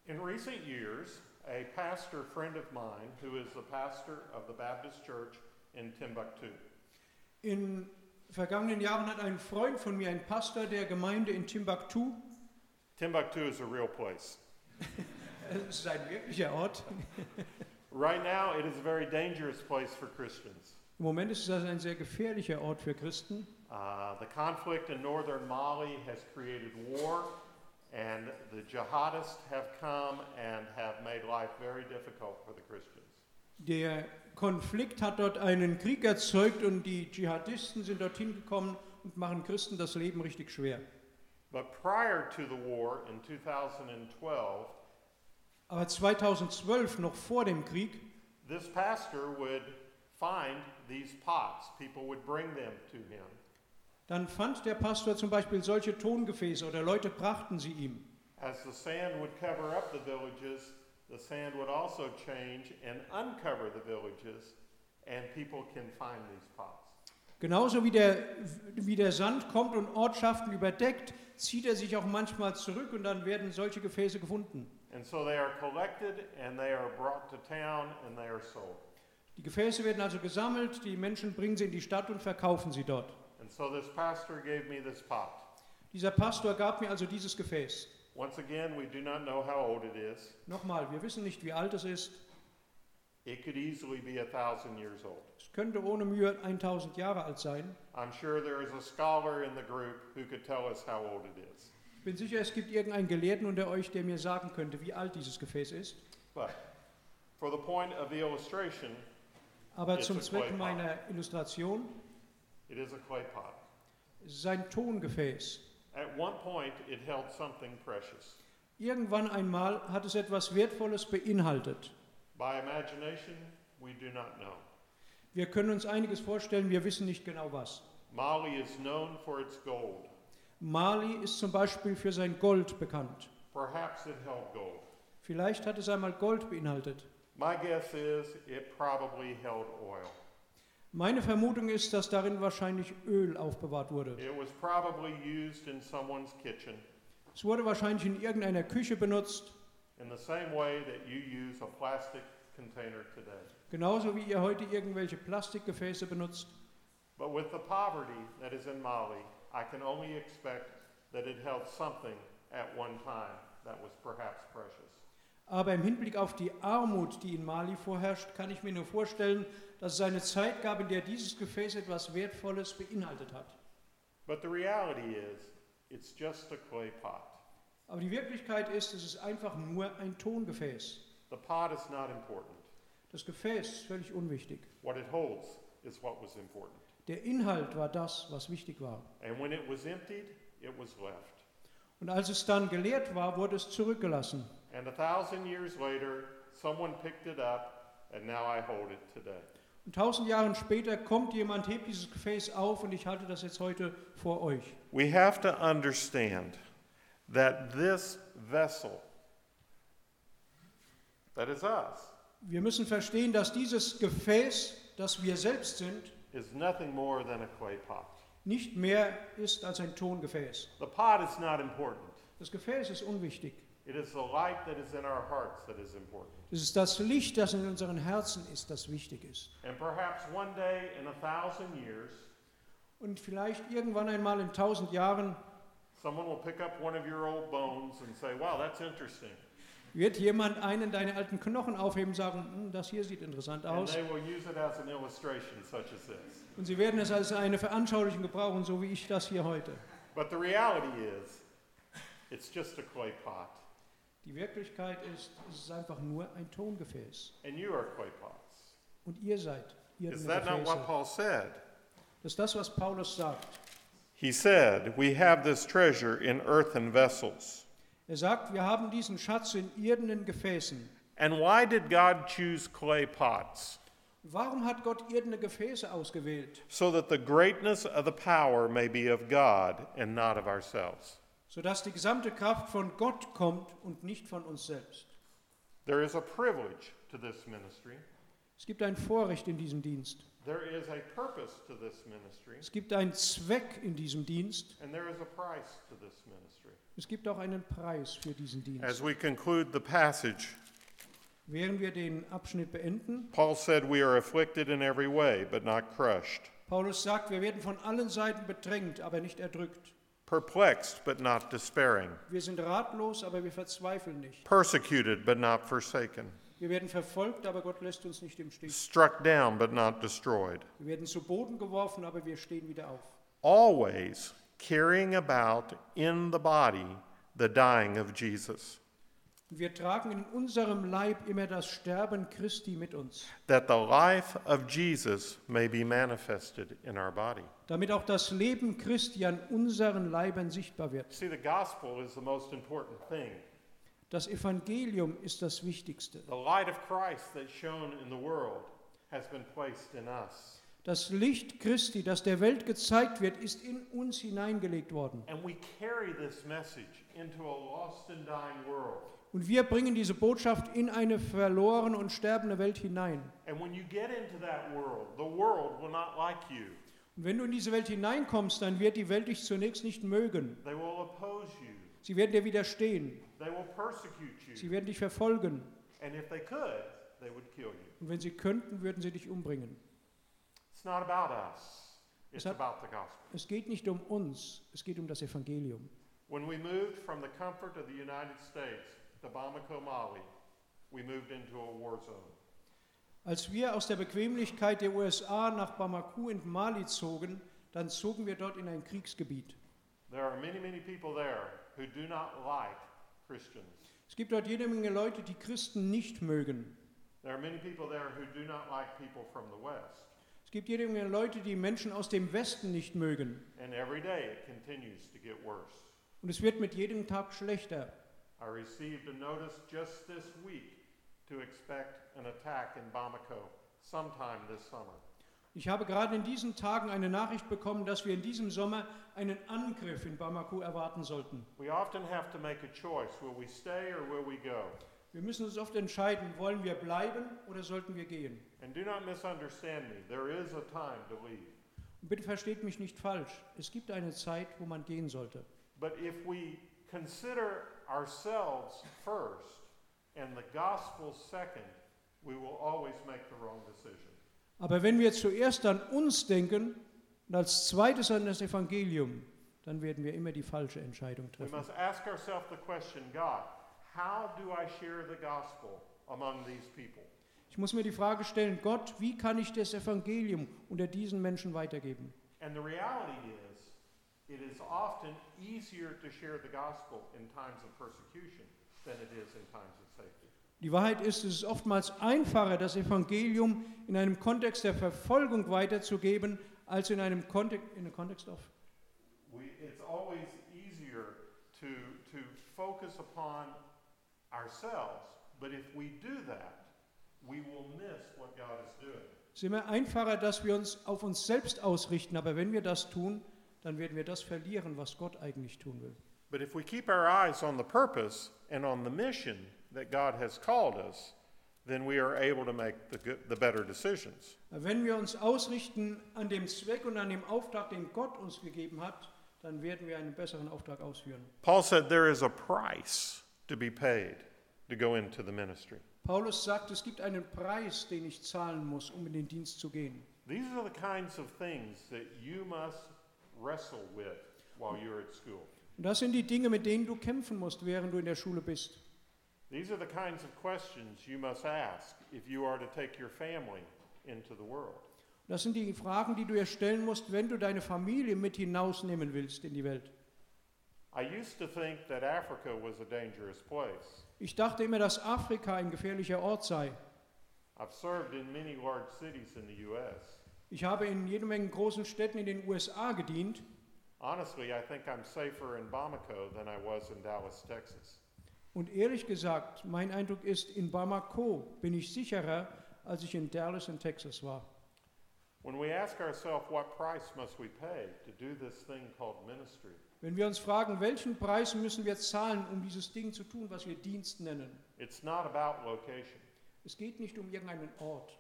Speaker 1: In recent years, a pastor friend of mine, who is the pastor of the Baptist Church in Timbuktu,
Speaker 2: In vergangenen Jahren hat ein Freund von mir, ein Pastor der Gemeinde in Timbuktu,
Speaker 1: Timbuktu is a real place.
Speaker 2: es ist ein wirklicher Ort,
Speaker 1: Right now, it is a very dangerous place for Christians.
Speaker 2: im Moment ist das ein sehr gefährlicher Ort für Christen.
Speaker 1: Uh, the conflict in northern Mali has created war, and the jihadists have come and have made life very difficult for the Christians.
Speaker 2: Der Konflikt hat dort einen Krieg erzeugt und die Dschihadisten sind dorthin gekommen und machen Christen das Leben richtig schwer.
Speaker 1: But prior to the war in 2012,
Speaker 2: Aber 2012, noch vor dem Krieg,
Speaker 1: this pastor would find these pots. People would bring them to him.
Speaker 2: dann fand der Pastor zum Beispiel solche Tongefäße oder Leute brachten sie ihm.
Speaker 1: As the sand would cover up the villages, the sand would also change and uncover the villages, and people can find these pots.
Speaker 2: Genauso wie der, wie der Sand kommt und Ortschaften überdeckt, zieht er sich auch manchmal zurück und dann werden solche Gefäße gefunden.
Speaker 1: And so they are collected and they are brought to town and they are sold.
Speaker 2: Die Gefäße werden also gesammelt, die Menschen bringen sie in die Stadt und verkaufen sie dort.
Speaker 1: And so this pastor gave me this pot.
Speaker 2: Dieser Pastor gab mir also dieses Gefäß.
Speaker 1: Once again, we do not know how old it is.
Speaker 2: Nochmal, wir wissen nicht, wie alt es ist.
Speaker 1: It could easily be a thousand years old.
Speaker 2: Es könnte ohne Mühe 1000 Jahre alt sein.
Speaker 1: I'm sure there is a scholar in the group who could tell us how old it is.
Speaker 2: Ich bin sicher, es gibt irgendeinen Gelehrten unter euch, der mir sagen könnte, wie alt dieses Gefäß ist.
Speaker 1: But for the point of the illustration,
Speaker 2: Aber
Speaker 1: Jetzt
Speaker 2: zum
Speaker 1: wird's
Speaker 2: Zweck
Speaker 1: voll.
Speaker 2: meiner Illustration,
Speaker 1: it is a clay pot.
Speaker 2: es ist ein Tongefäß.
Speaker 1: At one point, it held something precious.
Speaker 2: Irgendwann einmal hat es etwas Wertvolles beinhaltet.
Speaker 1: By imagination, we do not know.
Speaker 2: Wir können uns einiges vorstellen, wir wissen nicht genau was.
Speaker 1: Mali is known for its gold.
Speaker 2: Mali ist zum Beispiel für sein Gold bekannt.
Speaker 1: Perhaps it held gold.
Speaker 2: Vielleicht hat es einmal Gold beinhaltet.
Speaker 1: My guess is it probably held oil.
Speaker 2: Meine Vermutung ist, dass darin wahrscheinlich Öl aufbewahrt wurde.
Speaker 1: It was probably used in someone's kitchen
Speaker 2: Es wurde wahrscheinlich in irgendeiner Küche benutzt,
Speaker 1: in the same way that you use a plastic container today.
Speaker 2: genauso wie ihr heute irgendwelche Plastikgefäße benutzt.
Speaker 1: But with the poverty that is in Mali, I can only expect that it held something at one time that was perhaps precious.
Speaker 2: Aber im Hinblick auf die Armut, die in Mali vorherrscht, kann ich mir nur vorstellen, dass es eine Zeit gab, in der dieses Gefäß etwas Wertvolles beinhaltet hat.
Speaker 1: But the reality is, it's just a clay pot.
Speaker 2: Aber die Wirklichkeit ist, es ist einfach nur ein Tongefäß.
Speaker 1: The pot is not important.
Speaker 2: Das Gefäß ist völlig unwichtig.
Speaker 1: What it holds is what was important.
Speaker 2: Der Inhalt war das, was wichtig war.
Speaker 1: And when it was emptied, it was left.
Speaker 2: Und als es dann geleert war, wurde es zurückgelassen.
Speaker 1: And a thousand years later, someone picked it up, and now I hold it today.
Speaker 2: Und tausend Jahre später kommt jemand, hebt dieses Gefäß auf und ich halte das jetzt heute vor euch.
Speaker 1: We have to understand that this vessel, that is us,
Speaker 2: Wir müssen verstehen, dass dieses Gefäß, das wir selbst sind,
Speaker 1: is nothing more than a clay pot.
Speaker 2: nicht mehr ist als ein Tongefäß.
Speaker 1: The pot is not important.
Speaker 2: Das Gefäß ist unwichtig.
Speaker 1: It is the light that is in our hearts that is important.
Speaker 2: Es ist das Licht, das in unseren Herzen ist, das wichtig ist.
Speaker 1: And perhaps one day in a thousand years,
Speaker 2: Und vielleicht irgendwann einmal in tausend Jahren
Speaker 1: someone will pick up one of your old bones and say, Wow, that's interesting.
Speaker 2: wird jemand einen deiner alten Knochen aufheben und sagen, "Hm, das hier sieht interessant
Speaker 1: And
Speaker 2: aus.
Speaker 1: they will use it as an illustration, such as this.
Speaker 2: Und sie werden es als eine Veranschaulichung gebrauchen, so wie ich das hier heute.
Speaker 1: But the reality is, it's just a clay pot.
Speaker 2: Die Wirklichkeit ist, es ist einfach nur ein Tongefäß.
Speaker 1: And you are clay pots.
Speaker 2: Und ihr seid hier
Speaker 1: Is that not what
Speaker 2: Gefäße.
Speaker 1: Paul said?
Speaker 2: Das ist das, was Paulus sagt.
Speaker 1: He said, We have this treasure in earthen vessels.
Speaker 2: Er sagt, wir haben diesen Schatz in irdenen Gefäßen.
Speaker 1: And why did God choose clay pots?
Speaker 2: Warum hat Gott irdene Gefäße ausgewählt?
Speaker 1: So that the greatness of the power may be of God and not of ourselves.
Speaker 2: Sodass die gesamte Kraft von Gott kommt und nicht von uns selbst.
Speaker 1: There is a privilege to this ministry,
Speaker 2: Es gibt ein Vorrecht in diesem Dienst.
Speaker 1: there is a purpose to this ministry,
Speaker 2: Es gibt einen Zweck in diesem Dienst.
Speaker 1: and there is a price to this ministry.
Speaker 2: Es gibt auch einen Preis für diesen
Speaker 1: As
Speaker 2: Dienst.
Speaker 1: we conclude the passage,
Speaker 2: Während wir den Abschnitt beenden,
Speaker 1: Paul said, We are afflicted in every way, but not crushed,
Speaker 2: Paulus sagt, wir werden von allen Seiten bedrängt, aber nicht erdrückt.
Speaker 1: perplexed, but not despairing,
Speaker 2: Wir sind ratlos, aber wir verzweifeln nicht.
Speaker 1: persecuted, but not forsaken,
Speaker 2: Wir werden verfolgt, aber Gott lässt uns nicht im Stich.
Speaker 1: struck down, but not destroyed,
Speaker 2: Wir werden zu Boden geworfen, aber wir stehen wieder auf.
Speaker 1: always carrying about in the body the dying of Jesus,
Speaker 2: Und wir tragen in unserem Leib immer das Sterben Christi mit uns,
Speaker 1: that the life of Jesus may be manifested in our body.
Speaker 2: damit auch das Leben Christi an unseren Leibern sichtbar wird.
Speaker 1: See, the gospel is the most important thing.
Speaker 2: Das Evangelium ist das Wichtigste.
Speaker 1: The light of Christ that shone in the world has been placed in us.
Speaker 2: Das Licht Christi, das der Welt gezeigt wird, ist in uns hineingelegt worden.
Speaker 1: And we carry this message into a lost and dying world.
Speaker 2: Und wir bringen diese Botschaft in eine verlorene und sterbende Welt hinein.
Speaker 1: And when you get into that world, the world will not like you.
Speaker 2: Und wenn du in diese Welt hineinkommst, dann wird die Welt dich zunächst nicht mögen.
Speaker 1: They will oppose
Speaker 2: Sie werden dir widerstehen.
Speaker 1: They will persecute
Speaker 2: Sie
Speaker 1: you.
Speaker 2: werden dich verfolgen.
Speaker 1: And if they could, they would kill you.
Speaker 2: Und wenn sie könnten, würden sie dich umbringen.
Speaker 1: It's not about us, it's
Speaker 2: Sir-
Speaker 1: about the gospel.
Speaker 2: Es geht nicht um uns, es geht um das Evangelium.
Speaker 1: When we moved from the comfort of the United States to Bamako, Mali, we moved into a war zone.
Speaker 2: Als wir aus der Bequemlichkeit der USA nach Bamako in Mali zogen, dann zogen wir dort in ein Kriegsgebiet.
Speaker 1: There are many, many people there who do not like Christians.
Speaker 2: Es gibt dort jede Menge Leute, die Christen nicht mögen.
Speaker 1: There are many people there who do not like people from the West.
Speaker 2: Es gibt jede Menge Leute, die Menschen aus dem Westen nicht mögen.
Speaker 1: And every day it continues to get worse.
Speaker 2: Und es wird mit jedem Tag schlechter.
Speaker 1: I received a notice just this week to expect an attack in Bamako sometime this summer.
Speaker 2: Ich habe gerade in diesen Tagen eine Nachricht bekommen, dass wir in diesem Sommer einen Angriff in Bamako erwarten sollten.
Speaker 1: We often have to make a choice will we stay or will we go?
Speaker 2: Wir müssen uns oft entscheiden, wollen wir bleiben oder sollten wir gehen?
Speaker 1: And do not misunderstand me, there is a time to leave.
Speaker 2: Und bitte versteht mich nicht falsch. Es gibt eine Zeit, wo man gehen sollte.
Speaker 1: But if we consider ourselves first and the gospel second, we will always make the wrong decision.
Speaker 2: Aber wenn wir zuerst an uns denken und als zweites an das Evangelium, dann werden wir immer die falsche Entscheidung
Speaker 1: We
Speaker 2: treffen.
Speaker 1: must ask ourselves the question God, how do I share the gospel among these people?
Speaker 2: Ich muss mir die Frage stellen, Gott, wie kann ich das Evangelium unter diesen Menschen weitergeben?
Speaker 1: And the reality is, it is often easier to share the gospel in times of persecution than it is in times of safety.
Speaker 2: Die Wahrheit ist, es ist oftmals einfacher, das Evangelium in einem Kontext der Verfolgung weiterzugeben, als in einem Kontext, in einem Kontext auf.
Speaker 1: We, it's always easier to, to focus upon ourselves, but if we do that, we will miss what God is doing.
Speaker 2: Es ist immer einfacher, dass wir uns auf uns selbst ausrichten, aber wenn wir das tun, dann werden wir das verlieren, was Gott eigentlich tun will.
Speaker 1: But if we keep our eyes on the purpose and on the mission that God has called us, then we are able to make the, good, the better decisions.
Speaker 2: Wenn wir uns ausrichten an dem Zweck und an dem Auftrag, den Gott uns gegeben hat, dann werden wir einen besseren Auftrag ausführen.
Speaker 1: Paul said there is a price to be paid to go into the ministry.
Speaker 2: Paulus sagt, es gibt einen Preis, den ich zahlen muss, um in den Dienst zu gehen.
Speaker 1: These are the kinds of things that you must wrestle with while you're at school.
Speaker 2: Und das sind die Dinge, mit denen du kämpfen musst, während du in der Schule bist.
Speaker 1: These are the kinds of questions you must ask if you are to take your family into the world.
Speaker 2: Das sind die Fragen, die du dir stellen musst, wenn du deine Familie mit hinausnehmen willst in die Welt.
Speaker 1: I used to think that Africa was a dangerous place.
Speaker 2: Ich dachte immer, dass Afrika ein gefährlicher Ort sei.
Speaker 1: I've served in many large cities in the U.S.
Speaker 2: Ich habe in jede Menge großen Städten in den USA gedient.
Speaker 1: Honestly, I think I'm safer in Bamako than I was in Dallas, Texas.
Speaker 2: Und ehrlich gesagt, mein Eindruck ist, in Bamako bin ich sicherer, als ich in Dallas in Texas war.
Speaker 1: When we ask ourselves what price must we pay to do this thing called ministry,
Speaker 2: Wenn wir uns fragen, welchen Preis müssen wir zahlen, um dieses Ding zu tun, was wir Dienst nennen,
Speaker 1: it's not about location.
Speaker 2: es geht nicht um irgendeinen Ort.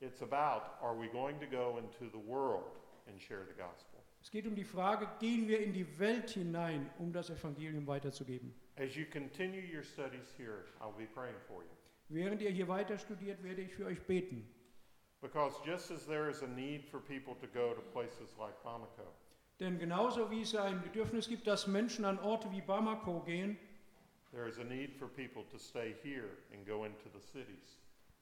Speaker 1: It's about are we going to go into the world and share the gospel?
Speaker 2: Es geht um die Frage, gehen wir in die Welt hinein, um das Evangelium weiterzugeben.
Speaker 1: As you continue your studies here, I'll be praying for you.
Speaker 2: Während ihr hier weiter studiert, werde ich für euch beten.
Speaker 1: Because just as there is a need for people to go to places like Bamako,
Speaker 2: Denn genauso wie es ein Bedürfnis gibt, dass Menschen an Orte wie Bamako gehen,
Speaker 1: there is a need for people to stay here and go into the cities.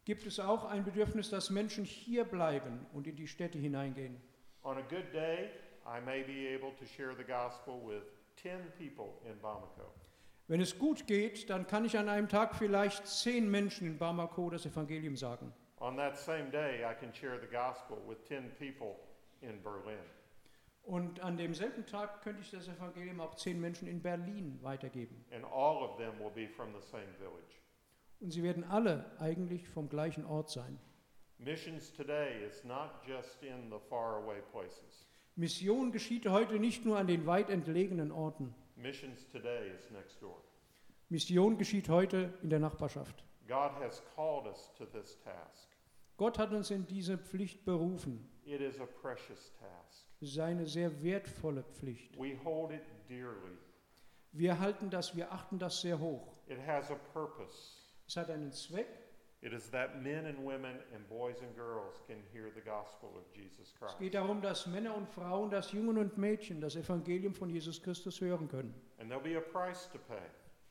Speaker 2: gibt es auch ein Bedürfnis, dass Menschen hier bleiben und in die Städte hineingehen.
Speaker 1: On a good day, I may be able to share the gospel with 10 people in Bamako.
Speaker 2: Wenn es gut geht, dann kann ich an einem Tag vielleicht zehn Menschen in Bamako das Evangelium sagen.
Speaker 1: On that same day, I can share the gospel with 10 people in Berlin.
Speaker 2: Und an demselben Tag könnte ich das Evangelium auch zehn Menschen in Berlin weitergeben.
Speaker 1: and all of them will be from the same village.
Speaker 2: Und sie werden alle eigentlich vom gleichen Ort sein.
Speaker 1: Missions today is not just in the faraway places.
Speaker 2: Mission geschieht heute nicht nur an den weit entlegenen Orten.
Speaker 1: Missions today is next door.
Speaker 2: Mission geschieht heute in der Nachbarschaft.
Speaker 1: God has called us to this task.
Speaker 2: Gott hat uns in diese Pflicht berufen.
Speaker 1: It is a precious task.
Speaker 2: Es ist eine sehr wertvolle Pflicht.
Speaker 1: We hold it dearly.
Speaker 2: Wir halten das, wir achten das sehr hoch.
Speaker 1: It has a purpose.
Speaker 2: Es hat einen Zweck.
Speaker 1: It is that men and women and boys and girls can hear the gospel of Jesus
Speaker 2: Es
Speaker 1: Christ.
Speaker 2: geht darum, dass Männer und Frauen, dass Jungen und Mädchen das Evangelium von Jesus Christus hören können.
Speaker 1: And there'll be a price to pay.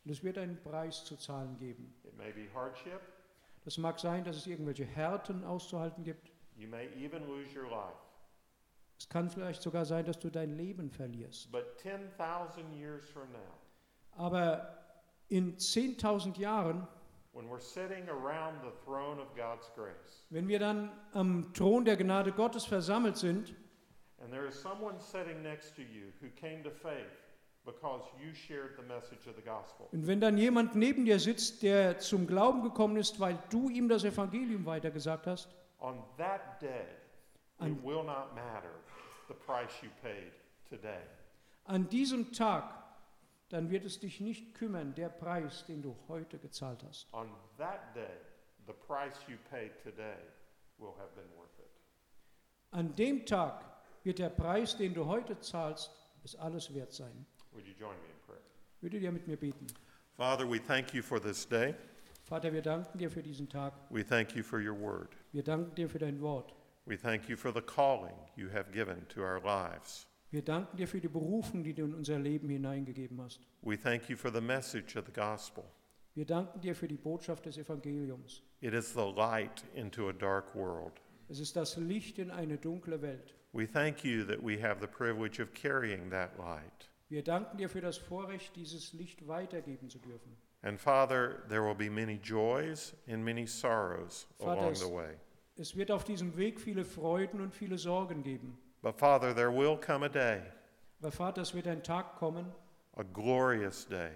Speaker 2: Und es wird einen Preis zu zahlen geben.
Speaker 1: It may be hardship.
Speaker 2: Das mag sein, dass es irgendwelche Härten auszuhalten gibt.
Speaker 1: You may even lose your life.
Speaker 2: Es kann vielleicht sogar sein, dass du dein Leben verlierst.
Speaker 1: But 10,000 years from now,
Speaker 2: Aber in 10.000 Jahren,
Speaker 1: when we're sitting around the throne of God's grace,
Speaker 2: wenn wir dann am Thron der Gnade Gottes versammelt sind
Speaker 1: and there is someone sitting next to you who came to faith because you shared the message of the gospel,
Speaker 2: und wenn dann jemand neben dir sitzt, der zum Glauben gekommen ist, weil du ihm das Evangelium weitergesagt hast,
Speaker 1: on that day,
Speaker 2: An-
Speaker 1: it will not matter the price you paid today.
Speaker 2: an diesem Tag, dann wird es dich nicht kümmern, der Preis, den du heute gezahlt hast.
Speaker 1: On that day, the price you paid today will have been worth it.
Speaker 2: An dem Tag wird der Preis, den du heute zahlst, es alles wert sein.
Speaker 1: Would you join me in prayer?
Speaker 2: Würdet ihr mit mir beten?
Speaker 1: Father, we thank you for this day.
Speaker 2: Vater, wir danken dir für diesen Tag.
Speaker 1: We thank you for your word.
Speaker 2: Wir danken dir für dein Wort.
Speaker 1: We thank you for the calling you have given to our lives.
Speaker 2: Wir danken dir für die Berufung, die du in unser Leben hineingegeben hast.
Speaker 1: We thank you for the message of the gospel.
Speaker 2: Wir danken dir für die Botschaft des Evangeliums.
Speaker 1: It is the light into a dark world.
Speaker 2: Es ist das Licht in eine dunkle Welt.
Speaker 1: We thank you that we have the privilege of carrying that light.
Speaker 2: Wir danken dir für das Vorrecht, dieses Licht weitergeben zu dürfen.
Speaker 1: And Father, there will be many joys and many sorrows
Speaker 2: Vater,
Speaker 1: along
Speaker 2: es-
Speaker 1: the way.
Speaker 2: Es wird auf diesem Weg viele Freuden und viele Sorgen geben.
Speaker 1: But Father, there will come a day,
Speaker 2: Aber Vater, es wird ein Tag kommen,
Speaker 1: a glorious day,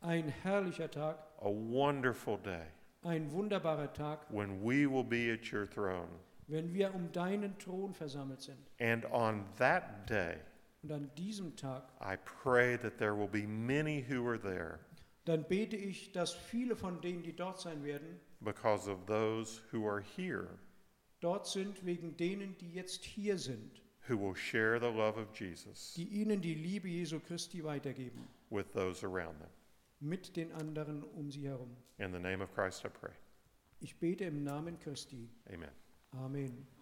Speaker 2: ein herrlicher Tag,
Speaker 1: a wonderful day,
Speaker 2: ein wunderbarer Tag,
Speaker 1: when we will be at your throne.
Speaker 2: wenn wir um deinen Thron versammelt sind.
Speaker 1: And on that day,
Speaker 2: Und an diesem Tag,
Speaker 1: I pray that there will be many who are there
Speaker 2: dann bete ich, dass viele von denen, die dort sein werden,
Speaker 1: because of those who are here
Speaker 2: dort sind wegen denen, die jetzt hier sind,
Speaker 1: who will share the love of Jesus
Speaker 2: die ihnen die Liebe Jesu Christi weitergeben,
Speaker 1: with those around them.
Speaker 2: mit den anderen um sie herum.
Speaker 1: In the name of Christ, I pray.
Speaker 2: Ich bete im Namen Christi.
Speaker 1: Amen.
Speaker 2: Amen.